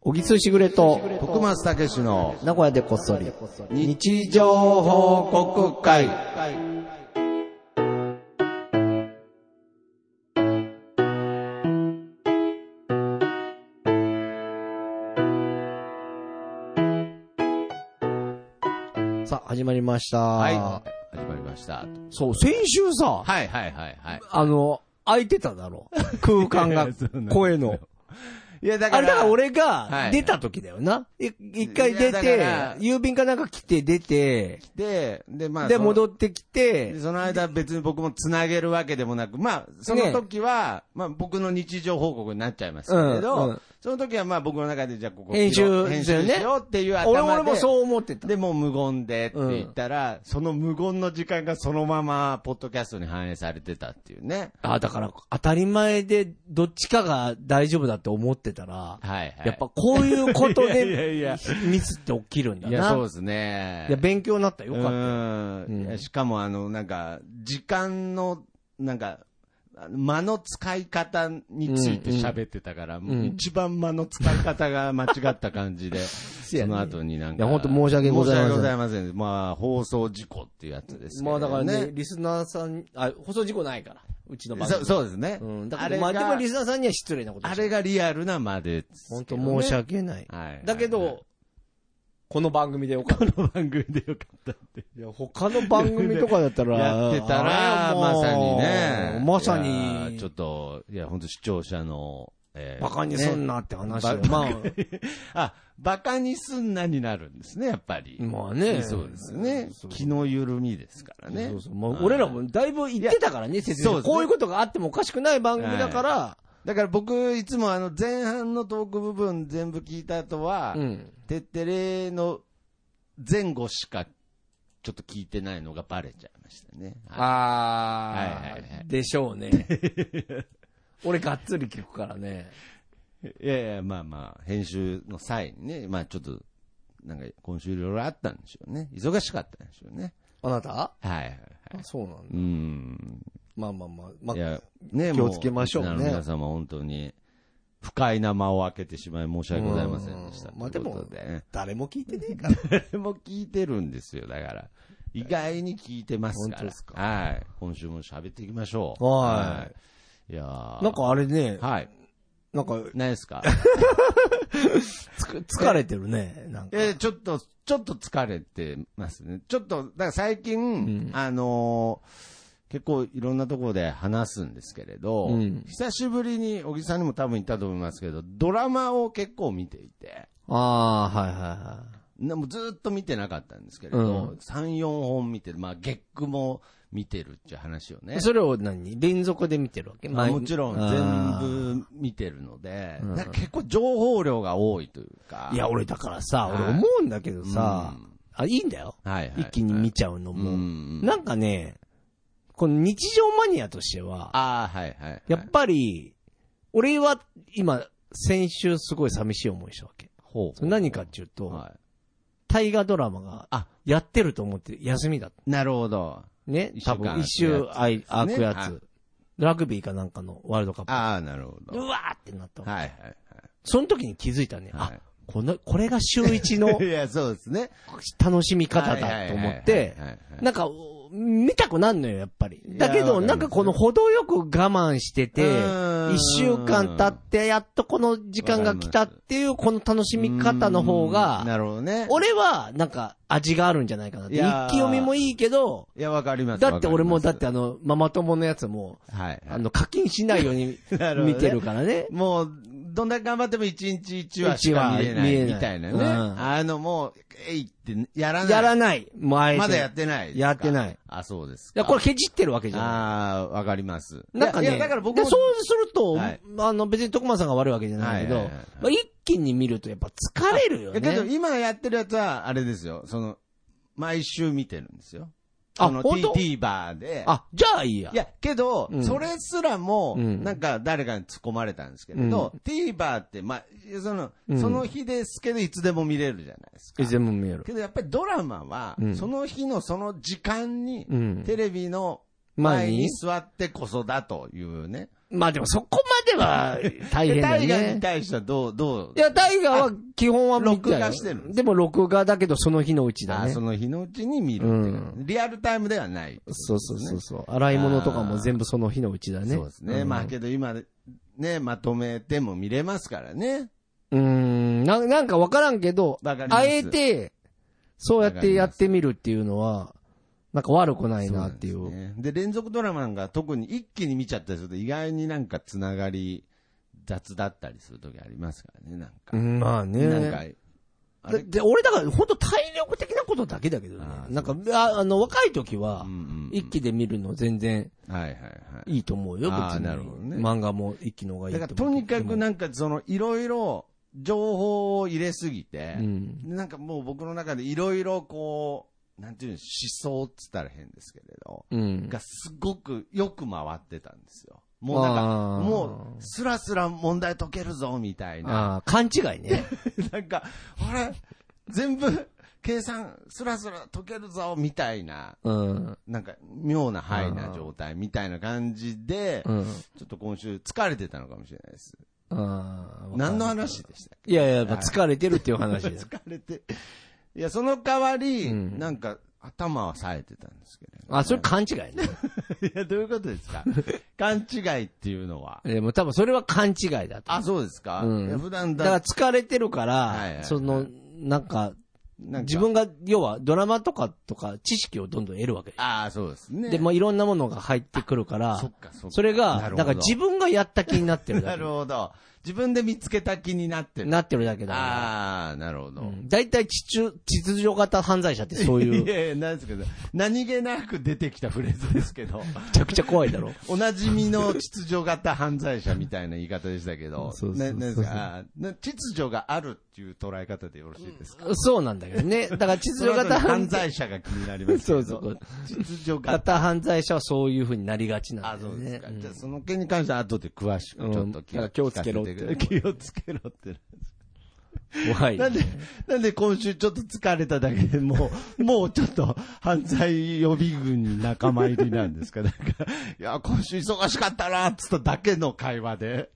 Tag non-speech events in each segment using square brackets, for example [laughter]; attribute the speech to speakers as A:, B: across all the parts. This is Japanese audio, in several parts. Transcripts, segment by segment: A: 小木すしぐれと、
B: 徳松たけしの
A: 名古屋でこっそり。
B: 日常報告会。
A: さあ、始まりました。
B: はい。始まりました。
A: そう、先週さ、
B: はいはいはいはい。
A: あの、空いてた
B: [laughs]
A: だろ。空間
B: い
A: [laughs]
B: やそうな
A: が
B: ん、ですよ
A: 声の。
B: いやだ
A: あれだから俺
B: は
A: が
B: い
A: 出た時だよな。い一回
B: い
A: 出
B: やだ
A: て
B: から、
A: 郵便かなんか来て出て、
B: で、で、まあ、
A: で、
B: その
A: 戻ってきて
B: で、その間別に僕もつなげるわけでもなく、まあ、その時は、まあ僕の日常報告になっちゃいましたけど、
A: うんうん
B: その時はまあ僕の中でじゃあここ
A: 編集
B: 切ろう編集しようっていう頭で
A: 俺俺もそう思ってた。
B: で、もう無言でって言ったら、その無言の時間がそのまま、ポッドキャストに反映されてたっていうね。
A: あ、だから、当たり前で、どっちかが大丈夫だって思ってた
B: は
A: ら、
B: い、はい。
A: やっぱ、こういうこ
B: [laughs]
A: と
B: いやいやいや
A: で、ミスって起きるんだ
B: いや、そう
A: な
B: で。すね。
A: いや、勉強になった。よかった。
B: うんいやしかも、あの、なんか、時間の、なんか、あの間の使い方について喋ってたから、もう一番間の使い方が間違った感じで、
A: や
B: [laughs] そ
A: ね
B: の後になんか。
A: いや本当申し訳ござい
B: 申し
A: ません
B: 訳ございません。まあ、放送事故っていうやつですけ
A: ま
B: ど
A: あだからね、リスナーさん、あ、放送事故ないから、うちの番組。
B: そそうですね。
A: うん。だ
B: あ
A: から、
B: れ
A: まあで
B: が
A: もリスナーさんには失礼なこと
B: あれがリアルなまでです
A: 本
B: けど
A: 当
B: ね、
A: 申し訳ない。
B: はい
A: だけ
B: はい
A: ど、この番組でよかった。
B: この番組でよかったって。
A: いや、他の番組とかだったら、
B: [laughs] やってたら、まさにね。
A: まさ
B: いや
A: に
B: ちょ、っと、いや、本当視聴者の、えー
A: バカにすんなって話だよ
B: ね
A: まあ、
B: あ、バカにすんなになるんですね、やっぱり。
A: まあね。
B: そうですね
A: そ。う
B: 気の緩みですからね。
A: そうそうまあ俺らもだいぶ言ってたからね、説
B: そう
A: 明
B: ですね
A: こういうことがあってもおかしくない番組だから、
B: だから僕、いつもあの、前半のトーク部分全部聞いた後は、
A: うん。
B: てってれの前後しか、ちょっと聞いてないのがバレちゃいましたね。はい
A: あー、
B: はいはいはい
A: でしょう
B: [laughs]
A: ね。俺がっつり聞くからね。
B: いやいや、まあまあ、編集の際にね、まあちょっと、なんか今週いろいろあったんでしょうね。忙しかったんでしょうね。
A: あなた
B: はいはいはい。
A: そうなんだ
B: う。ん。
A: まあまあまあ。ま
B: い
A: あ
B: や、ね
A: 気をつけましょうね
B: もリスナーの皆様本当に、不快な間を開けてしまい申し訳ございませんでした。
A: うんまあでも
B: ということでね
A: 誰も聞いてねえから。
B: で [laughs] も聞いてるんですよ、だから。意外に聞いてますから。
A: 本当ですか
B: はい。今週も喋っていきましょう。。
A: はい
B: いやー
A: なん、か [laughs] あれね、
B: はい。
A: なんか、
B: 何です
A: [laughs]
B: か
A: つく疲れてるね。なんか。
B: えーちょっと、ちょっと疲れてますね。ちょっと、だから最近、
A: ん
B: あのー結構いろんなところで話すんですけれど、
A: うん
B: 久しぶりに、小木さんにも多分言ったと思いますけど、ドラマを結構見ていて、
A: ああ、はいはいはい。
B: なもうずっと見てなかったんですけれど、
A: うん
B: 3、4本見てる、まあ月9も見てるっていう話をね。
A: それを何連続で見てるわけ
B: まあ、もちろん
A: あー
B: 全部見てるので、なんか結構情報量が多いというか。
A: いや、俺だからさ、
B: はい
A: 俺思うんだけどさ、あ、いいんだよ。
B: はいはい、
A: 一気に見ちゃうのも。
B: うん
A: なんかね、この日常マニアとしては、
B: ああ、はいはい、はい。
A: やっぱり、俺は今、先週すごい寂しい思いしたわけ。
B: ほう
A: それ何かっていうと、
B: は
A: 大河ドラマが、
B: あ
A: やってると思って休みだった。
B: い、なるほど。
A: ね
B: 一週
A: 多
B: 間
A: 分一周あい空くや
B: ねはい
A: つ。ラグビーかなんかのワールドカッ
B: ああ、なるほ
A: プ。う
B: ど。
A: わーってなったわけ。
B: はいはいはい。
A: その時に気づいたね。
B: は
A: あ
B: い、
A: この、これが週一
B: [laughs]
A: の
B: いや、そうですね。
A: 楽しみ方だと思っ
B: はいはいはいはい
A: て
B: はいは、い
A: なんか、見たくなんのよ、やっぱり。だけ
B: わか
A: ど、
B: ります
A: なんかこの程よく我慢して
B: う
A: て、
B: ーん
A: 一週間経って、やっとこの時間が来たっていう、この楽しみ方の方
B: うーん
A: が、
B: なるほどね。
A: 俺は、なんか、味があるんじゃないかなって。
B: い
A: 一
B: やー
A: 気読みもいいけど、
B: いや、わかります。
A: だって俺も、だ
B: わかり
A: ってあの、ママ友のやつも、
B: ます、はい、はい。
A: あの、課金しないように
B: [laughs] なるほどね
A: 見てるからね。
B: もう、どんだけ頑張っても一日一話しか見れな
A: 一
B: い
A: 話見れない
B: みたいなね。
A: うん
B: あの、もう、えいって、やらない。
A: やらない。もうあえて。
B: まだやっ
A: い
B: てないですか。
A: やってない
B: あ、そうですか。
A: や、これケチってるわけじゃない。
B: ああ、わかります。
A: なんかね、
B: いやいやだから僕も、
A: でそうすると、
B: はい
A: あの別に徳間さんが悪いわけじゃないけど、
B: はいはいはいはい
A: まあ、一気に見るとやっぱ疲れるよ
B: いやけど
A: ね。
B: 今やってるやつは、あれですよ、その、毎週見てるんですよ。
A: あ
B: その
A: 本当
B: T- ?TVer で。
A: あ、じゃあいいや。
B: いや、けど、
A: うん
B: それすらも、
A: うん
B: なんか誰かに突っ込まれたんですけれど、TVer って、まあ、その、
A: うん
B: その日ですけど、いつでも見れるじゃないですか。
A: 全部見える。
B: けどやっぱりドラマは
A: う、ん
B: その日のその時間に
A: う、ん。
B: テレビの
A: 前
B: 前
A: に
B: に座ってこそだというね。
A: まあでもそこま
B: [laughs]
A: では大変
B: で
A: だ
B: タ
A: よ
B: イガー
A: ね
B: に。対してはどう、どう
A: い、や、大河は基本は見たよ
B: 録画してるんです
A: でも録画だけどその日のうちだ
B: あ
A: ね。
B: そ
A: そう
B: の日のうちに見るっていう、リアルタイムではない、
A: そうそうそう。洗い物とかも全部その日のうちだね。
B: そうですね。
A: ん
B: まあけど今、ね、まとめても見れますからね。
A: うーん、ななんかわからんけど、
B: わかります
A: あえて、そうやってやってみるっていうのは、なんか悪くないなってい。
B: そううなんですね。で、連続ドラマが特に一気に見ちゃったりすると意外になんかつながり雑だったりする時ありますからね、なんか。
A: うんまあね。
B: なんか、あれ
A: で、俺だから、本当体力的なことだけだけどね
B: あ。ー
A: なんか、ああの、若い時は
B: うん、うん
A: 一気で見るの全然
B: はいはいはい。
A: いいと思うよ、別に。
B: あーなるほどね
A: 漫画も一気の方がいい
B: だからとにかく
A: な、
B: なんかそのいろいろ情報を入れすぎて、
A: うん。
B: なんかもう僕の中でいろいろこう、なんていうの、思想っつったら変ですけれど、
A: うん。
B: がすごくよく回ってたんですよ。もうなんか、
A: あー
B: もうすらすら問題解けるぞみたいな。
A: ああ、勘違いね。
B: [laughs] なんか、あれ、全部計算すらすら解けるぞみたいな。
A: うん。
B: なんか、妙なハイな状態みたいな感じで、
A: うん。
B: ちょっと今週疲れてたのかもしれないです。
A: ああ。
B: 何の話でしたっけ
A: いやいや、まあ疲れてるっていう話だよ。
B: 疲れて。いや、その代わり、
A: うん
B: なんか、頭は冴えてたんですけど、ね。 [laughs]
A: あ、それ勘違いね。
B: いや、どういうことですか勘違いっていうのは。
A: [laughs] でも多分それは勘違いだと。
B: あ、そうですか、
A: うん
B: いや普段
A: だから
B: だ、
A: 疲れてるか
B: はいはいは
A: ら、
B: い
A: その、なんか、
B: なんか
A: 自。分が、要はドラマとかとか知識をどんどん得るわけ
B: ああ、そうですね。
A: で、まあ、いろんなものが入ってくるから、
B: そっか、そっか。
A: それ
B: な
A: が、
B: るほ
A: だ
B: ど
A: から自分がやった気に [laughs] なってる
B: な
A: だけ
B: る。ほど。自分で見つけた気になってる。
A: なってるだけだか
B: ああ、なるほど。
A: ら。うん大体地中、秩序型犯罪者ってそう [laughs] いう、
B: い
A: め
B: やいや、なんですけど、何気なく出てきたフレーズですけど、 [laughs]
A: ちゃくちゃ怖いだろ。
B: おなじみの秩序型犯罪者みたいな言い方でしたけど、
A: そうそう
B: な
A: そう
B: なんですかあな秩序があるっていう捉え方でよろしいですか、
A: そうなんだけどね。だから秩
B: 秩
A: 序
B: 序型
A: 型
B: 犯
A: 犯罪
B: 罪者が気になりますけ
A: [laughs] そ
B: ど
A: うそう。
B: 秩序型。
A: 型犯罪者はそういう風になりがちな
B: あ、
A: んだ
B: そ
A: よ
B: うです
A: ね
B: か。。じゃあその件に関しては後で詳しくちょっと
A: うんだから気をつけろって
B: 聞かせ気をつけろって。
A: うん怖い。
B: なんで、なんで今週ちょっと疲れただけでも
A: [laughs]
B: う、もうちょっと犯罪予備軍に仲間入りなんですかなんか、いや、今週忙しかったな、っつっただけの会話で、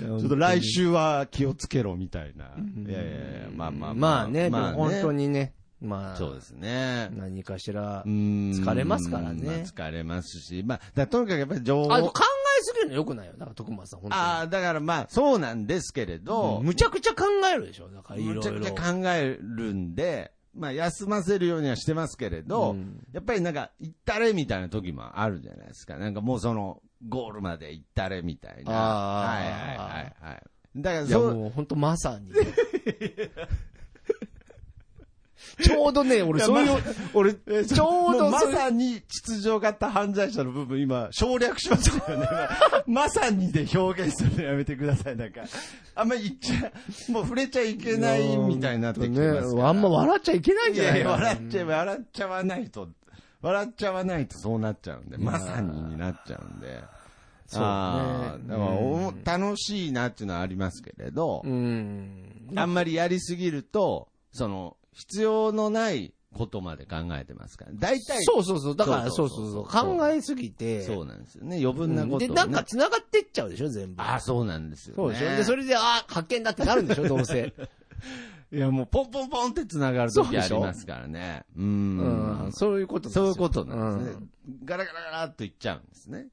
B: ちょっと来週は気をつけろみたいな。いやいやいや、まあまあ
A: まあね、でも本当
B: に。
A: にね、まあ、
B: そうですね。
A: 何かしら、疲
B: 疲
A: れますからね
B: 疲れますし、まあ、だからとにかくやっぱり情報。
A: あの考えすぎるのよくないよ。だから徳間さん、本当に。
B: ああ、だからまあ、そうなんですけれど、
A: むちゃくちゃ考えるでしょ、だからいろいろ。
B: むちゃくちゃ考えるんで、まあ、休ませるようにはしてますけれど、
A: うん
B: やっぱりなんか、行ったれみたいな時もあるじゃないですか。なんかもうその、ゴールまで行ったれみたいな。
A: あ
B: はい
A: ー
B: はいはいはい。だから
A: いや、
B: そう、
A: もう本当まさ
B: [laughs]
A: に。ちょうどね、俺そういう、
B: 俺、
A: ちょうど
B: ま
A: そういう
B: さに秩序型犯罪者の部分、今、省略しましたよね。 [laughs] 今まさにで表現するのやめてください。なんか、あんまり言っちゃ、もう触れちゃいけないみたいになってきてますから
A: ね。あんま笑っちゃいけないん
B: い
A: じゃ
B: や
A: ないい
B: や、
A: かな
B: 笑っちゃえば、笑っちゃわないと、笑っちゃわないとそうなっちゃうんで、まさにになっちゃうんで。
A: そうね
B: あーだからお楽しいなっていうのはありますけれど、
A: うん。
B: あんまりやりすぎると、その、必要のないことまで考えてますから。大体、
A: そうそうそう。だから、そうそうそう。考えすぎて。
B: そうなんですよね。余分なことを、ね
A: で、なんか繋がってっちゃうでしょ、全部。
B: あーそうなんですよ、ね。
A: そうでしょ。で、それで、あー発見だってなるんでしょ、どうせ。
B: いや、もう、ポンポンポンって繋がる
A: そ
B: 時
A: うで
B: あ
A: し
B: り
A: ょ
B: ますからね。う
A: うん。
B: ん。
A: そういうことなんです
B: そうい
A: よ
B: うことなんですね。ガラガラガラっといっちゃうんですね。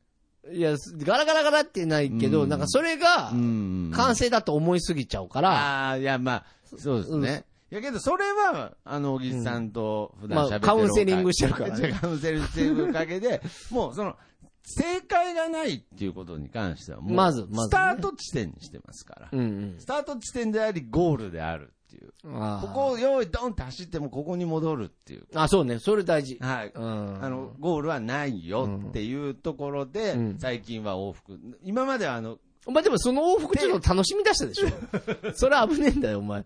A: いや、ガラガラガラってないけど、
B: うん
A: なんかそれが、
B: ん
A: 完成だと思いすぎちゃうから、
B: ああ、いや、まあ、そうですね。いやけど、それは、あの、小木さんと普段喋ってるおかげ、
A: まあカウンセリングしてるからね
B: [laughs] カウンセリングしてるおかげで、 [laughs] もう、その、正解がないっていうことに関しては、もう、
A: まずまずね
B: スタート地点にしてますから。
A: うん
B: スタート地点であり、ゴールであるっていう。
A: うん。あ
B: こ
A: ー
B: こを用意ドンって走っても、ここに戻るっていう。
A: あ、そうね、それ大事。
B: はい。
A: うん。
B: あの、ゴールはないよっていうところで、
A: うん
B: 最近は往復。今まではあの、
A: まあ、でもその往復ちょっと楽しみ出したでし
B: [laughs]
A: ょ。それ危ねえんだよ、お前。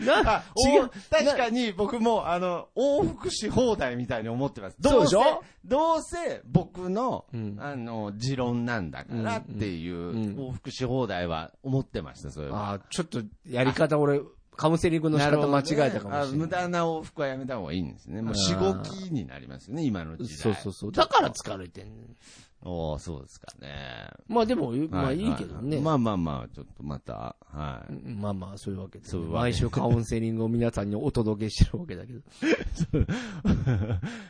A: な
B: あ、
A: 違
B: お
A: う。
B: 確かに僕も、あの、往復し放題みたいに思ってます。
A: そう
B: どう
A: で
B: せ
A: しょ、
B: どうせ僕の、
A: うん
B: あの、持論なんだからっていう、
A: うんうん
B: 往復し放題は思ってました、それは。
A: あーちょっとやり方俺、カウンセリングの仕方間違えた
B: な
A: かも
B: るほどね
A: し
B: あ
A: れ
B: 無
A: ない。
B: 駄な往復はやめた方がいいんですね。もう
A: あー
B: 仕事になりますね、今の時代。
A: そうそうそう。だから疲れてんの
B: おーそうですかね。
A: まあでも、まあ
B: はい
A: いけどね。
B: はまあまあまあ、ちょっとまた、は
A: う
B: い。
A: んまあまあ、そういうわけで。
B: そういうわけ
A: 毎週カウンセリングを皆さんにお届けしてるわけだけど。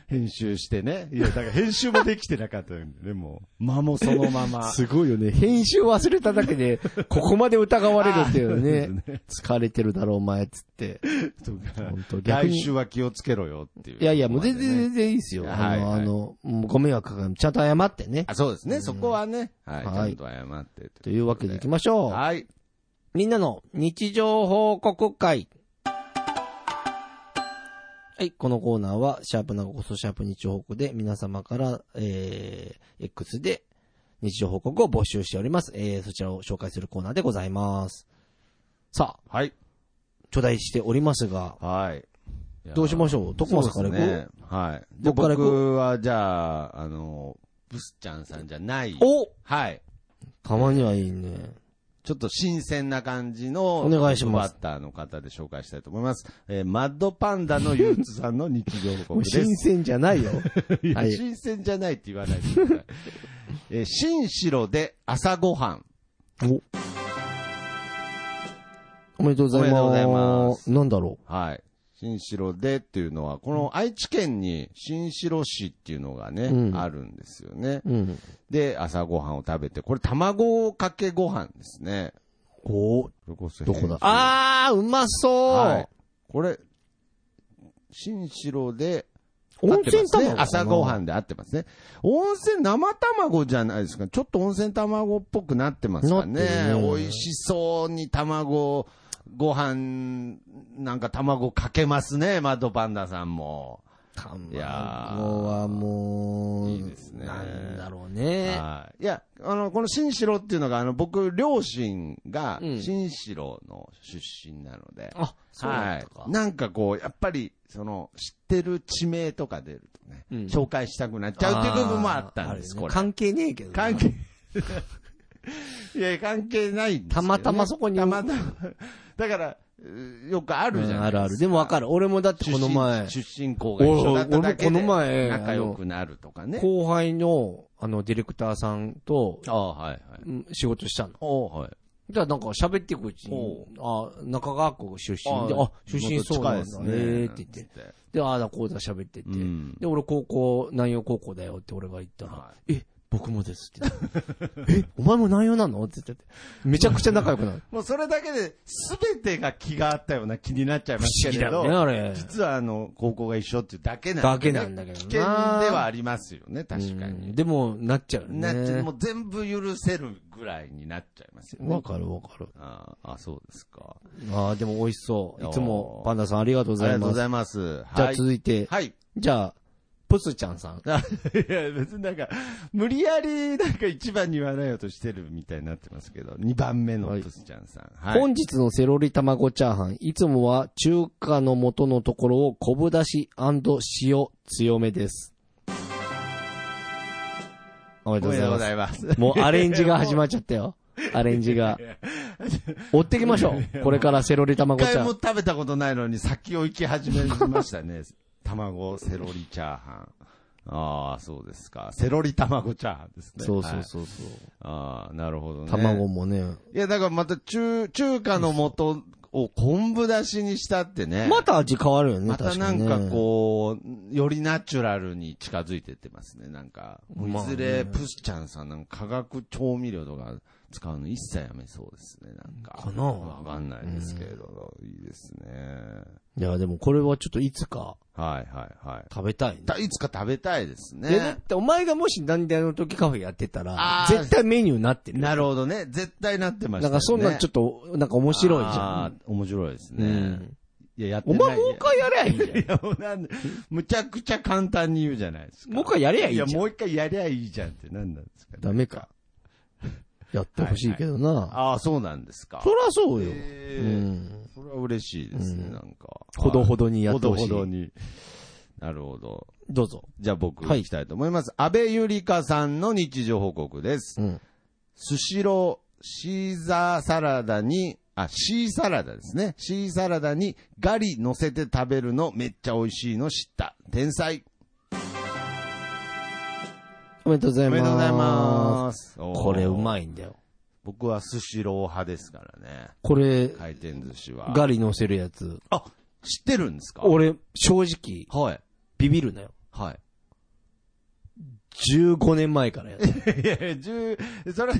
B: 編集してね。いや、だから編集もできてなかったんで、ね、もう。間もそのま
A: [laughs]
B: ま。
A: すごいよね。編集忘れただけ
B: [laughs]
A: で、ここまで疑われるってい
B: あ
A: う
B: ーそう
A: ね
B: で。すね
A: 疲れてるだろ、お前、つって。
B: とか
A: 本当逆
B: 来
A: に。
B: 週は気をつけろよっていう、
A: いやいや、もう全然、全然いいですよ。
B: は
A: あ
B: い
A: の、
B: はい
A: あのもうご迷惑かかる。ちゃんと謝ってね。
B: あ、そうですね、そこはね。はい。ち
A: は
B: ゃ
A: い
B: んと謝って
A: というわけで行きましょう。
B: はい。
A: みんなの日常報告会。はい、このコーナーは、シャープなごこそシャープ日常報告で、皆様から、えー、X で日常報告を募集しております。えー、そちらを紹介するコーナーでございます。さあ、
B: はい。
A: 頂戴しておりますが、
B: はい。いや
A: どうしましょう徳松から行
B: そうです
A: く、
B: ね。はい。で
A: どっから行く
B: 僕は、じゃあ、あの、ブスちゃんさんじゃない。
A: お
B: はい。
A: たまにはいいね。
B: ちょっと新鮮な感じの、
A: お願いします
B: トップバッターの方で紹介したいと思います。えーマッドパンダのゆうつさんの日常報
A: [laughs] もう
B: 告で
A: 新
B: す。
A: 鮮じゃないよ。
B: [laughs] いや
A: はい
B: 新鮮じゃないって言わないでください。えー、新城で朝ごはん。
A: おおめでとうございま
B: おめ
A: す。
B: でとうございます
A: なんだろ
B: はい。新城でっていうのは、この愛知県に新城市っていうのがね、
A: うん
B: あるんですよね。
A: う。うん。
B: で、朝ごはんを食べて、これ卵かけご飯ですね。
A: お
B: どこ
A: どこだ
B: あ
A: あー、うまそう、
B: はい。これ、新城で、
A: 温泉
B: 合ってます
A: 卵
B: ね。朝ごはんで合ってますね。温泉生卵じゃないですか。ちょっと温泉卵っぽくなってますかね。
A: なってるね
B: 美味しそうに卵、ご飯、なんか卵かけますね、マドパンダさんも。い
A: 卵
B: や
A: はもう、
B: いいですね
A: なんだろうね。
B: はいいや、あの、この新城っていうのが、あの、僕、両親が
A: うん、
B: 新城の出身なので、
A: あ、そうだ
B: は
A: ったか。
B: い。なんかこう、やっぱり、その、知ってる地名とか出るとね、
A: うん
B: 紹介したくなっちゃうっていう部分もあったんです、
A: あー
B: これ。
A: 関係ねえけどな。
B: 関係、いや、関係ないんですよね
A: たまたまそこに
B: たまたま。だから、うーよくあ
A: う
B: るじゃ
A: ん
B: ないです
A: ある
B: か。
A: ある。でもわかる。俺もだって
B: 出
A: こ
B: 身
A: の前、
B: 出身校が一緒だっただけ
A: おい俺
B: で、
A: もこの前
B: 仲良くなるとかね。
A: 後輩の、あの、ディレクターさんと、
B: ああ、はいはい。
A: うん仕事したの。
B: おはい。
A: じゃあなんか喋っていくうちに
B: お、
A: あ中川区出身で、あ、出身そうなんだね。えーって言って。
B: て。
A: で、ああだこうだ喋ってて。
B: うん
A: で、俺高校、南洋高校だよって俺が言ったら、
B: は
A: え、僕もですって言って [laughs] え、お前も南洋なのって言ってて。めちゃくちゃ仲良
B: [laughs]
A: くなる。
B: もうそれだけで、すべてが気があったような気になっちゃい
A: 不
B: ます
A: 思
B: け
A: 議
B: れ
A: だよ
B: ど、
A: ね、あれ。
B: 実はあの、高校が一緒っていうだけなん
A: だけなんだけど
B: 危
A: な
B: 険ではありますよね、確か
A: う
B: に
A: ん。でも、なっちゃうよ
B: なっちゃ
A: ね
B: も。う全部許せるぐらいになっちゃいますよね
A: わ。かるわかる。
B: ああ、そうですか。
A: ああ、でも美味しそう。いつも
B: おー
A: パンダさんありがとうご
B: あり
A: ざ
B: が
A: い
B: とう
A: ま
B: ご
A: す。
B: ざいます。
A: じゃ
B: は
A: あ
B: い
A: 続いて、
B: はい。 [laughs]
A: じゃあ、プスちゃんさん。
B: あいや、別になんか、無理やり、なんか一番に笑いようとしてるみたいになってますけど、二番目のプスちゃんさん。はい。
A: 本日のセロリ卵チャーハン、いつもは中華の元のところを昆布だし塩強めです。おめで
B: お
A: と
B: め
A: う
B: で
A: ござ
B: と
A: いうま
B: ご
A: す。
B: ざいます。
A: もうアレンジが始まっちゃったよ。アレンジが。追ってきましょう。これからセロリ
B: 一
A: 卵チャー
B: 回
A: ハ
B: も
A: ン。
B: 食べたことないのに先を行き始めましたね。卵セロリチャーハン。ああ、そうですか。セロリ卵チャーハンですね。
A: そうそう
B: はい
A: そうそう。
B: ああ、なるほどね。
A: 卵。もね。
B: いや、だからまた中、中華の素を昆布だしにしたってね。
A: また味変わるよね、
B: また
A: 確
B: な
A: かに
B: ん
A: ね
B: かこう、よりナチュラルに近づいてってますね。なんか、も
A: まあ
B: うい
A: ね
B: ずれ、プスちゃんさんなんか化学調味料とか使うの一切やめそうですね。なんか。
A: かな
B: わかんないですけれど、いいですね。
A: いや、でもこれはちょっといつか
B: はいはいはい。
A: 食べたいね。
B: たいつか食べたいです
A: いやだっ
B: ね。
A: てお前がもし何であの時カフェやってたら
B: あ、ー
A: 絶対メニューになってるよ。
B: なるほどね。絶対なってましたよね。
A: なんかそんなんちょっと、なんか面白いじゃ
B: あー。面白いです
A: ん。う
B: ね。
A: ん。
B: いや、やって
A: お
B: な
A: 前
B: い。
A: もう一回やりゃいいじゃん。
B: いや、もうなんで、むちゃくちゃ簡単に言うじゃないですか。
A: もう一回やりゃいいじゃん
B: いや、もう一回やりゃいいじゃんって何なんですかね
A: ダ
B: [laughs]
A: メか。やってほしいけどな。
B: ああ、そうなんですか。
A: そりゃそうよ。う
B: えー
A: ん。
B: それは嬉しいですね、
A: うん
B: なんか。
A: ほどほどに
B: に
A: やってほしい。
B: ほどほどに。なるほど。
A: どうぞ。
B: じゃあ僕、
A: はい
B: いきたいと思います。安倍ゆりかさんの日常報告です。
A: うん。
B: スシローシーザーサラダにあ、シーサラダですね。シーサラダにガリ乗せて食べるのめっちゃ美味しいの知った。天才。
A: おめでとうござい
B: おめ
A: ます。
B: でとうございます。
A: これう
B: い。
A: まいんだよ。
B: 僕はスシロー派ですからね。
A: これ、
B: 回転寿司は。
A: ガリ乗せるやつ。
B: あ、知ってるんですか
A: 俺、正直、
B: はい。
A: ビビるなよ。
B: はい。 [laughs]
A: 15年前からやる。
B: [laughs] いやいや、十、それ、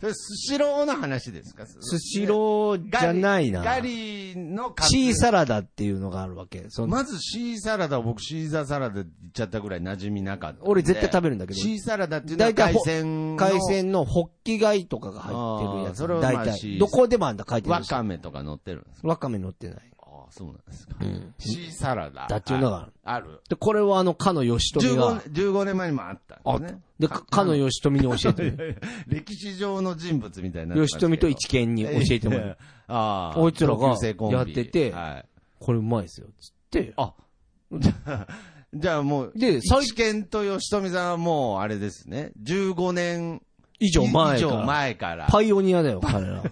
B: それ、スシローの話ですか
A: ス
B: ス
A: シローじゃないな。
B: ガリのカツ
A: シーサラダっていうのがあるわけ。その
B: まずシーサラダを僕シーザーサラダって言っちゃったぐらい馴染みなかったんで。
A: 俺絶対食べるんだけど
B: シーサラダっていうのは
A: 大体
B: 海
A: ほ
B: 鮮の。
A: 海鮮のホッキ貝とかが入ってるや
B: あーそれ
A: つ。
B: はまあ
A: 大
B: シー
A: 体。どこでもあんだ、書いて
B: わ
A: るし。
B: かめとか乗ってるんですか
A: わかめ乗ってない。
B: ああ、そうなんですか。シーサラダ。
A: だっていうのがある
B: ある。
A: で、これはあの、かの義富が
B: 15, 15年前にもあった
A: あ
B: ん
A: った
B: ですね。
A: で、かかの義富に教えてもらう。
B: 歴史上の人物みたいになってます
A: 義
B: けど。
A: 富と一見に教えてもらう。
B: ああ。
A: こいつらが
B: 同級生コンビ
A: やってて
B: はい。
A: これうまいですよ。つって。
B: あ、じゃあ、じゃあもう、
A: で最
B: 一見と吉富さんはもう、あれですね、15年
A: 以上前
B: 以
A: か
B: 上
A: ら。
B: 前から。
A: パイオニアだよ、彼
B: [laughs]
A: ら。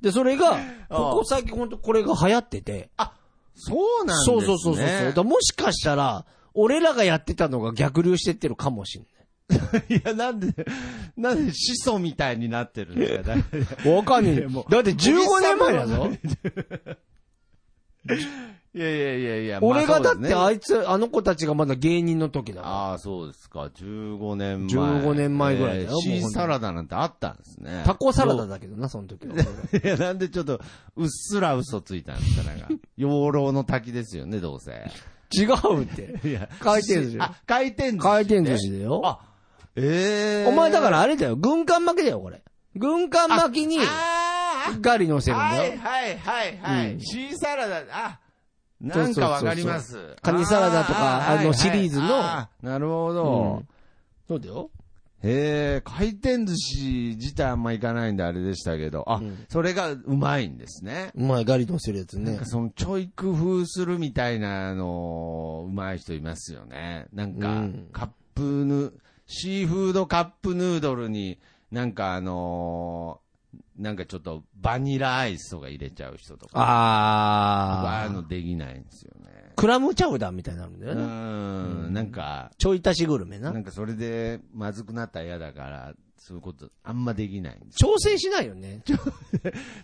A: で、それが、
B: ああ
A: ここ最近本当これが流行ってて。
B: そうなんです
A: そ
B: ね。
A: うそうそうそう。だからもしかしたら、俺らがやってたのが逆流してってるかもしんない
B: や、なんで、なんで始祖みたいになってるんですか、
A: [laughs] い。わかんね
B: い
A: え
B: やも。う
A: だって15年前だぞ。
B: [laughs] いやいやいやいや、
A: 俺がだってあ
B: あ
A: いつ、あの子たちがまだ芸人の時だから。
B: あー、そうですか、15年前。
A: 15年前ぐらいだよ
B: えーシ
A: もう
B: ー
A: 本当に
B: サラダなんてあったんですね。
A: タコサラダだけどな、その時
B: [laughs]
A: は。
B: いや、なんでちょっと、うっすら嘘ついたんですか、なん
A: [laughs]
B: か。養老の滝ですよね、どうせ。
A: 違うって。
B: いや、
A: 回転寿司
B: あ、回転寿司、ね。
A: 回転寿司だよ。
B: あ、ええー。、
A: お前だかららあれだよ、軍艦巻きだよ、これ。軍艦巻きに
B: あー
A: ガリ乗せるん
B: は
A: だ
B: い
A: よ。
B: はいはいはい、
A: うん
B: シーサラダ、あ、なんかわかります。
A: そうそうそうカニサラダとか
B: ー
A: あのシリーズの
B: あーなるほ
A: う
B: ど。
A: んそうだよ。
B: へえ、回転寿司自体あんま行かないんであれでしたけど、あ、
A: うん
B: それがうまいんですね。
A: うまい、ガリ乗せるやつ
B: なん
A: ね
B: か。そのちょい工夫するみたいなの、うまい人いますよね。なん
A: う
B: か
A: ん、
B: カップヌ、シーフードカップヌードルに、なんかあのーなんかちょっとバニラアイスとか入れちゃう人とか。ああいう
A: あー。
B: のできないんですよね。
A: クラムチャウダーみたいになるんだ
B: う
A: よね。
B: ん、なんか、
A: ちょい足しグルメ
B: な
A: な。
B: んかそれでまずくなったら嫌だから、そういうことあんまできないんです。
A: 調整しないよね。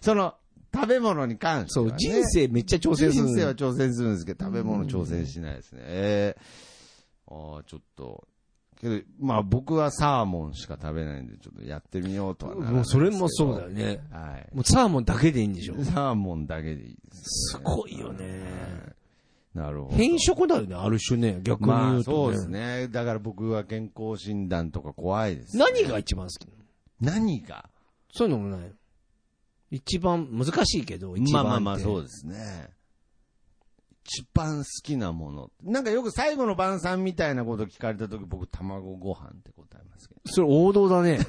B: その、食べ物に関して
A: そ
B: は、ね。
A: う、人生めっちゃ挑戦する。
B: 人生は挑戦するんですけど、食べ物挑戦しないですね。ええああ、ちょっと。けど、まあ僕はサーモンしか食べないんで、ちょっとやってみようとはならない
A: もうそれもそうだ
B: よ。
A: よね。
B: はい。
A: もうサーモンだけでいいんでしょ。
B: サーモンだけでいいです。
A: すごいよね。
B: なるほど。
A: 変色だよね、ある種ね。逆に
B: ま
A: 言
B: あ
A: う
B: そ
A: と
B: うです
A: ね。
B: ね。だから僕は健康診断とか怖いです、
A: 何が一番好きなの
B: 何が
A: そういうのもないの一番難しいけど、一
B: ま
A: 番っ
B: あ
A: て。
B: まあまあそうですね。一番好きなもの。なんかよく最後の晩餐みたいなこと聞かれた時僕卵ご飯って答えますけど。
A: それ王道だね。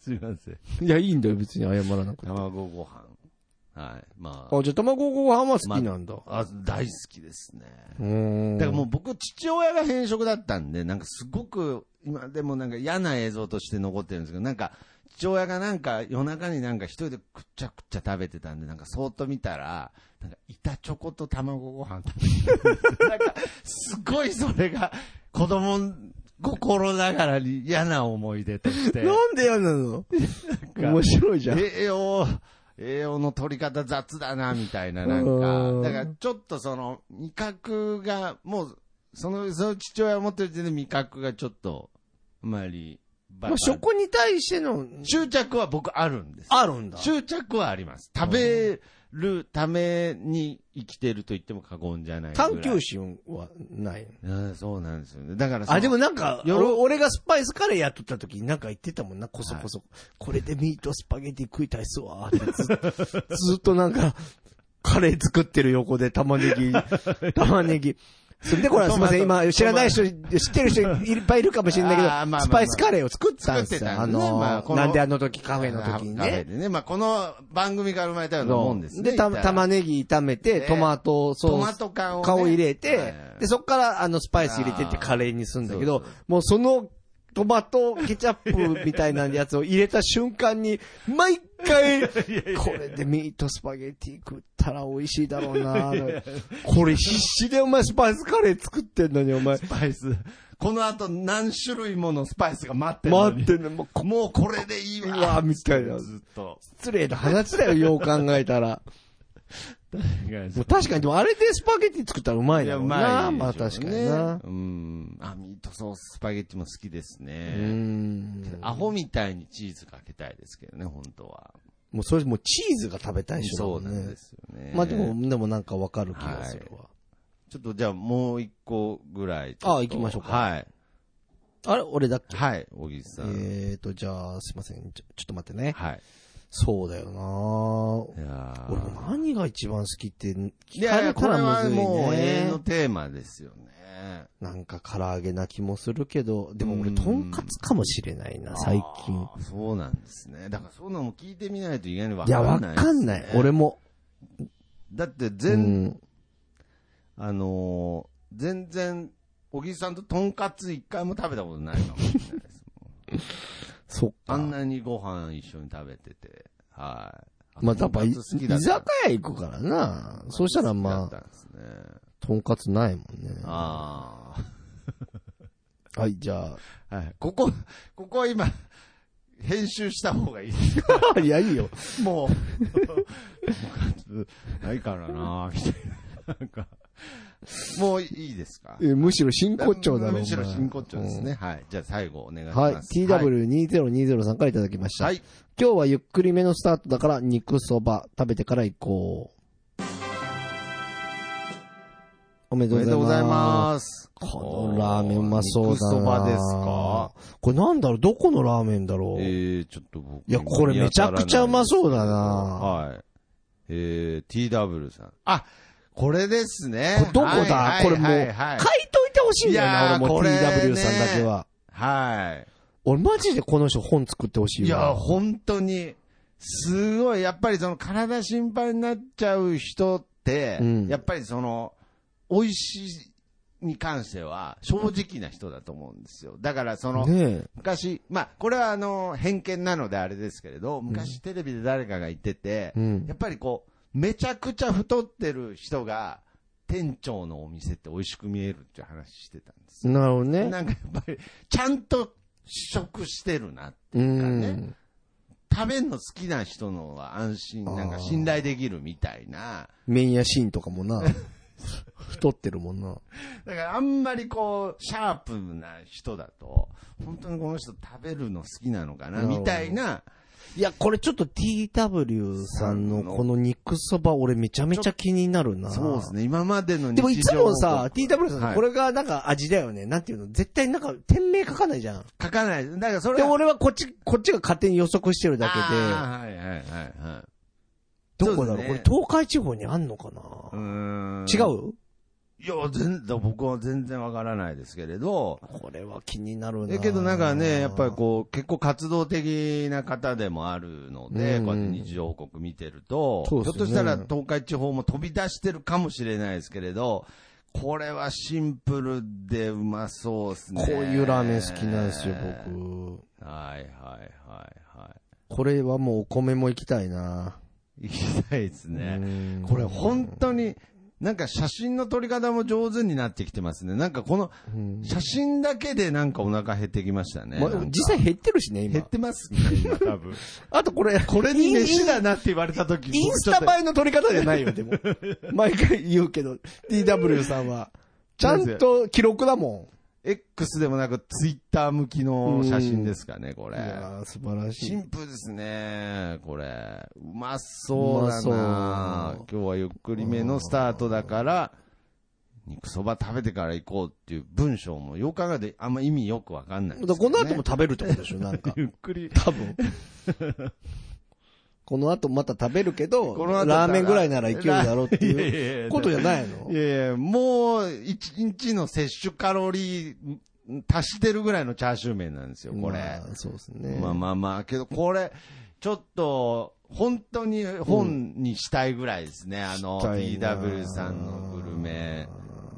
B: すいません。
A: [laughs] いや、いいんだよ、別に謝らなくて。
B: 卵ご飯。はい。まあ、
A: あ、じゃあ卵ご飯は好きなんだ。
B: あ大好きですね。
A: うーん。
B: だからもう僕、父親が変色だったんで、なんかすごく、今でもなんか嫌な映像として残ってるんですけど、なんか、父親がなんか夜中になんか一人でくっちゃくっちゃ食べてたんで、なんかそーっと見たら、なんか板チョコと卵ご飯食べてるなんか、すごいそれが、子供心ながらに嫌な思い出と
A: [laughs]
B: して。
A: なんで嫌なの面白いじゃん。
B: 栄養、栄養の取り方雑だな、みたいな、なん
A: うん
B: か。だから、ちょっとその、味覚が、もう、その、その父親を持ってる時点で味覚がちょっと、あまり、ば
A: まあ、食に対しての、
B: 執着は僕あるんです。
A: あるんだ。
B: 執着はあります。食べるために生きてると言っても過言じゃないぐらい。
A: 探求心はない。
B: うんそうなんですよね。だからその
A: あ、でもなんか、
B: よろ
A: お俺がスパイスカレーやっとった時になんか言ってたもんな、こそこそ。これでミートスパゲティ食いたいっすわ。ってず [laughs] ずっとなんか、カレー作ってる横で玉ね
B: [laughs]
A: ぎ、玉ねぎ。それでこれはすいません、
B: トマト
A: 今知らない人、知ってる人いっぱいいるかもしれないけ
B: あーまあま
A: ど、
B: あ
A: スパイスカレーを作った
B: 作っ
A: んで
B: て
A: すよ。
B: た
A: あ
B: んでねまあ
A: のー、
B: この
A: なんであの時カフェの時に
B: カフェ
A: ね。
B: でね。まあ、この番組から生まれたようなもんですね。
A: で、た、
B: 言ったら
A: 玉ねぎ炒めて、
B: ね
A: トマトソース
B: トマト缶をね、
A: 顔入れ
B: は
A: て
B: い、
A: で、そっからあのスパイス入れてってカレーにするんだけど
B: そうそ、
A: もうそのトマトケチャップみたいなやつを入れた瞬間に、毎
B: [laughs]
A: 回、これでミートスパゲティ食ったら美味しいだろうなこれ必死でお前スパイスカレー作ってんのにお
B: [laughs]
A: 前、
B: スパイス。この後何種類ものスパイスが待ってるのに
A: 待ってんの、もうこ
B: もうこれでいいうわ
A: わ、みたいな。
B: ずっと。
A: 失礼な話だよ、よう考えたら。もう確かに、でもあれでスパゲティ作ったらうまい
B: い
A: だ
B: や、
A: ろ
B: う
A: うな。
B: まいでしょうね。
A: まあ確か
B: う
A: にな。
B: ん。あ、ミートソーススパゲッティも好きです
A: う
B: ね。
A: ん。
B: アホみたいにチーズかけたいですけどね、本当は。
A: もうそれもうチーズが食べたいし、
B: そうなんで。すよね。
A: まあでも、でもなんかわかる気がするわ。
B: ちょっとじゃあもう一個ぐらい。
A: あ行きましょうか
B: はい。
A: あれ俺だっけ
B: はい、小木さん。
A: えーと、じゃあ、すいません。ちょちょっと待ってね。
B: はい。
A: そうだよない
B: や
A: 俺も何が一番好きって
B: い
A: 聞か
B: やい
A: れ
B: や、
A: た
B: これ
A: らむ
B: は
A: ずい
B: もう永遠
A: ね
B: の。テーマですよね。
A: なんか唐揚げな気もするけど、でも俺とんかつかもしれないな、最近。
B: あー。そうなんですね。だからそういうのも聞いてみないと意外にわ
A: い
B: か
A: や、
B: んない
A: わ
B: ですね。
A: かんない。俺も。
B: だって
A: う
B: 全、
A: ん。
B: あのー全然、小木さんととんかつ一回も食べたことないかもしれな
A: [laughs]
B: いです。
A: そっ
B: あ
A: か
B: ん。なにご飯一緒に食べてて。はい。
A: まあ、やっぱ、い居
B: とんかつ好
A: 酒
B: きだった
A: 屋行くからな。そうしたら
B: 好
A: ま
B: きだ
A: あ、
B: ったんですね。
A: とんかつないもんね。
B: あ
A: はい、じゃ
B: あ。はい。ここ、ここは今、編集した方がいいですよ [laughs]
A: あ。いや、いいよ。
B: もう、とんかつないからなみたいな。なんか、もういいですか
A: えむしろ真骨頂だろ。
B: むしろ
A: お前
B: 真骨頂です。ね。はい。じゃあ最後お願い
A: うん
B: し
A: はい。
B: ます。
A: TW20203 からいただきました。
B: はい。
A: 今日はゆっくりめのスタートだから肉そば食べてから行こう。おめで
B: おめで
A: と
B: と
A: う
B: う
A: ご
B: ご
A: ざ
B: ざ
A: い
B: いま
A: ます。
B: す。
A: このラーメンうまそうだな。
B: 肉そばですか
A: これなんだろうどこのラーメンだろう、
B: えー、ちょっと僕。
A: いや、これめちゃくちゃうまそうだな。
B: はい。えー、TW さん。あ、これですね
A: これ。どこだ
B: はい
A: これもう
B: はいはい
A: 書いといてほしいんだよ
B: い
A: な、
B: やー
A: 俺も
B: これね
A: TW さんだけは。
B: は
A: 俺マジでこの人本作ってほ
B: い。
A: し
B: い
A: い
B: や、
A: わ。
B: 本当に、すごい、やっぱりその体心配になっちゃう人って、
A: うん
B: やっぱりその、美味しいに関しては、正直な人だと思うんですよ。だからその、
A: ねえ。
B: 昔、まあ、これはあの、偏見なのであれですけれど、昔テレビで誰かが言ってて、
A: うん
B: やっぱりこう、めちゃくちゃ太ってる人が、店長のお店って美味しく見えるっていう話してたんですよ。
A: なるほどね。
B: なんかやっぱり、ちゃんと試食してるな。
A: う
B: なんか
A: ん。
B: 食べるの好きな人のは安心、
A: あー
B: なんか信頼できるみたいな。
A: 麺やシーンとかも
B: [laughs]
A: な。太ってるもんな。
B: だからあんまりこう、シャープな人だと、本当にこの人食べるの好きなのかな、
A: なるほど
B: みたいな。
A: いや、これちょっと TW さんのこの肉そば俺めちゃめちゃ気になるな。
B: そうですね、今までの日常
A: でもいつもさ、
B: 報告
A: TW さ
B: は
A: ん、
B: い
A: これがなんか味だよね。なんていうの絶対なんか店名書かないじゃん。
B: 書かない。だからそれ
A: で、
B: は
A: 俺はこっち、こっちが勝手に予測してるだけ
B: あーはいはいはいはい。
A: で、どこだろ
B: そうで
A: うこれ
B: すね
A: 東海地方にあんのか
B: う
A: な
B: ーん
A: 違う
B: いや、全然、僕は全然わからないですけれど。
A: これは気になるな。
B: え、けどなんかね、やっぱりこう、結構活動的な方でもあるので、
A: うん
B: こうやって日常報告見てると、
A: そ
B: ひ
A: うで
B: ょ
A: す
B: っと
A: ね
B: したら東海地方も飛び出してるかもしれないですけれど、これはシンプルでうまそうですね。
A: こういうラーメン好きなんですよ、。僕。
B: はいはいはいは
A: これはもうお米も行きたいな。
B: い。行きたいですね。
A: うん
B: これ本当に、なんか写真の撮り方も上手になってきてますね。なんかこの
A: うん
B: 写真だけでなんかお腹減ってきましたね。
A: まあ
B: なんか
A: 実際減ってるしね、
B: 減
A: 今
B: っ。てますね、今多分。
A: あ [laughs] とこれ、
B: これに飯だなって言われた時
A: インスタ映えの撮り方じゃないよ、でも。毎回言うけど、DW さん [laughs] は。ちゃんと記録だも
B: X でもなくツイッター向きの写真ですかね、こ
A: ん。
B: れ
A: い。やー素晴らし
B: シ
A: い。
B: ンプルですね、これ。うまそうだ
A: う
B: な
A: まそう
B: 今日はゆっくりめのスタートだから、肉そば食べてから行こうっていう文章も、よく考えてあんま意味よくわかんないです
A: だ
B: け
A: から
B: ど
A: こ
B: ね、
A: の後も食べるってことでしょ、なんか。
B: ゆっくり。
A: [laughs] 多分。この後また食べるけど、
B: この後
A: ラーメンぐらいならいけるだろうって
B: いやい
A: いう
B: やいや
A: ことじゃないの
B: いやいや、もう、一日の摂取カロリー、足してるぐらいのチャーシュー麺なんですよ、これ。
A: まあそうですね。
B: まあまあまあ、けどこれ、ちょっと、本当に本にしたいぐらいですね。あの、
A: したいな
B: TW さんのグルメ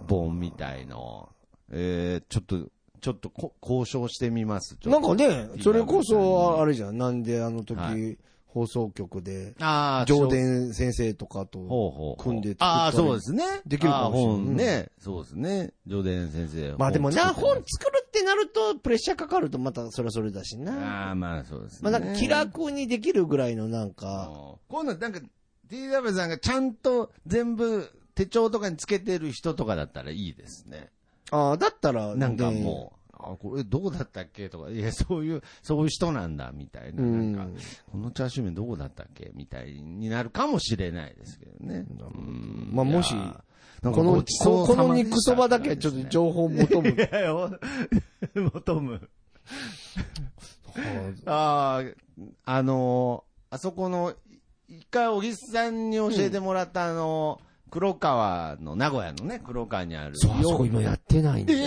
B: 本みたいの。えー、ちょっと、ちょっとこ交渉してみます。ちょっ
A: な
B: と
A: んかね、それこそ、
B: あ
A: あれじゃん。なんであの時、
B: はい
A: 放送局で、
B: あー、
A: 上田先生とかと、
B: ほうほう。
A: 組んで作ったり
B: ああ、そうですね。
A: できるかもしれない
B: あー本ね。そうですね。上田先生。
A: まあでもな、
B: 本作
A: 本
B: って
A: 作るってなると、プレッシャーかかるとまたそれはそれだし
B: ますあ
A: な。
B: あ、まあそうですね。
A: まあなんか気楽にできるぐらいのなんか、
B: 今度なんか、DW さんがちゃんと全部手帳とかにつけてる人とかだったらいいですね。
A: ああ、だったら、
B: なんかもう、あ、これどうだったっけとか、いや、そういう、そういう人なんだ、みたいな。
A: うん
B: なんか、このチャーシュー麺どこだったっけみたいになるかもしれないですけどね。うん
A: まあもし
B: いやな
A: ね、
B: んか
A: この、
B: ごちそ
A: こ
B: う
A: こ
B: さ
A: の
B: まで
A: 肉
B: した
A: そばだけはちょっと情報求む。
B: いやいやお [laughs] 求む。あ
A: は
B: あ、あのーあそこの、い一回、小木さんに教えてもらった、あのー黒川の、名古屋のね、黒川にある。
A: [laughs] そう、あそこ今やってないんだよ。
B: え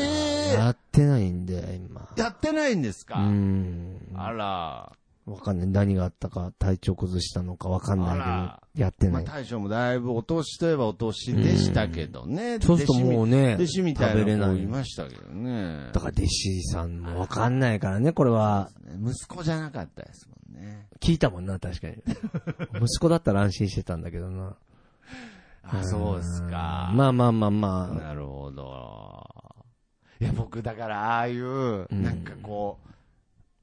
B: え
A: やってないんだよ、今。
B: やってないんですか、
A: うん。
B: あら。
A: わかんない。何があったか、体調崩したのかわかん
B: あ
A: な
B: ら
A: いけど、やって
B: ま
A: な
B: あ、
A: い。
B: 大将もだいぶお年といえばお年でしたけどね。
A: そうするともうね、
B: 弟子み弟子みた
A: 食べ
B: い
A: れ
B: な
A: な
B: 子
A: い
B: い。ましたけどね。
A: だから弟子さんもわかんないからね、これは。
B: 息子じゃなかったですもんね。
A: 聞いたもんな、確か
B: [laughs]
A: に。息子だったら安心してたんだけどな。
B: あ、そうですか。
A: まあまあまあまあ。
B: なるほど。いや、僕、だから、ああいう、
A: ん
B: なんかこ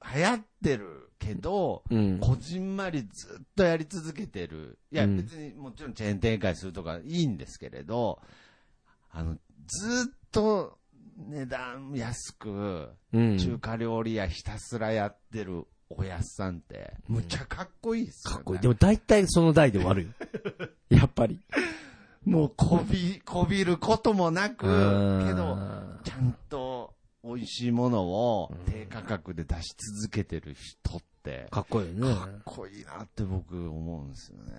B: う、流行ってるけど、
A: うん。
B: こじんまりずっとやり続けてる。いや、
A: うん
B: 別にもちろんチェーン展開するとかいいんですけれど、あの、ずっと値段安く、
A: うん。
B: 中華料理屋ひたすらやってるおやっさんって、むちゃかっこいいっすよ、ね。
A: かっこいい。でも大体その代で
B: [laughs]
A: 終わるよ。やっぱり。
B: もうこび、こびることもなく、
A: うん
B: けど、ちゃんと美味しいものを低価格で出し続けてる人って、か
A: かっこいいよね。
B: っこいいなって僕思うんですよね。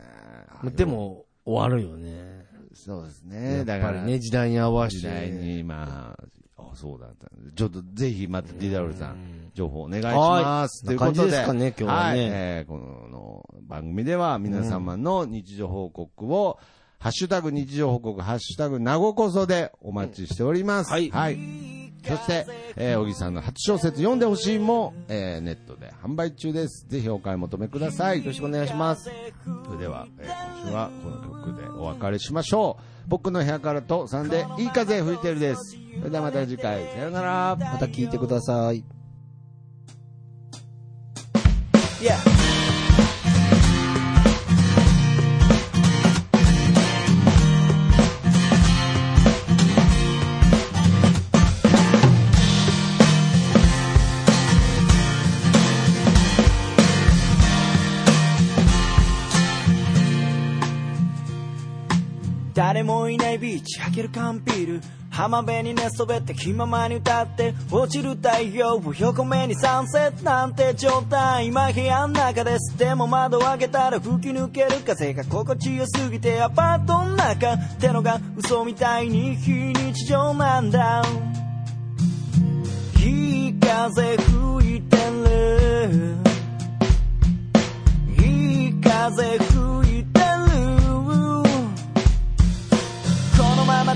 A: まあで、も、終わるよね。
B: そうです
A: や
B: ね。
A: っ
B: だ
A: ぱ
B: か
A: り
B: ら、
A: ね、時代に合わせ
B: 時
A: て。
B: 代に、まあ、あ、そうだった。ちょっとぜひまたディダルさ、
A: うんん。
B: 情報お願いします。
A: は
B: と
A: い
B: いうこと
A: こんな感じ
B: で、
A: ですかね今日はね
B: いえーこの番組では皆様の日常報告を、ハッシュタグ日常報告、ハッシュタグなごこそでお待ちしております。
A: うんはい
B: そして、えー、小木さんの初小説読んでほしいも、えーネットで販売中です。ぜひお買い求めください。
A: よろしくお願いします。
B: それでは、えー今週はこの曲でお別れしましょう。僕の部屋からと3でいい風吹いてるです。それではまた次回、さようなら。
A: また聞いてください。
C: 誰もいないビーチ開ける缶ビール浜辺に寝そべって気ままに歌って落ちる太陽を横目にサンセットなんて状態今部屋の中ですでも窓を開けたら吹き抜ける風が心地よすぎてアパートの中ってのが嘘みたいに非日常なんだいい風吹いてるいい風吹いてるこのまま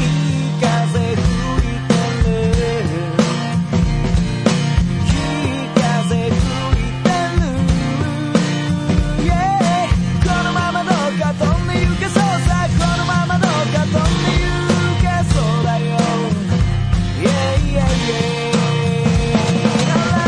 C: いい風吹いてるいい風吹いてる、yeah、このままどうか飛んで行けそうさこのままどうか飛んで行けそうだよ Yeah, yeah, yeah. Alright.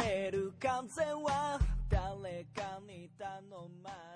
C: れる完全は誰かに頼まれ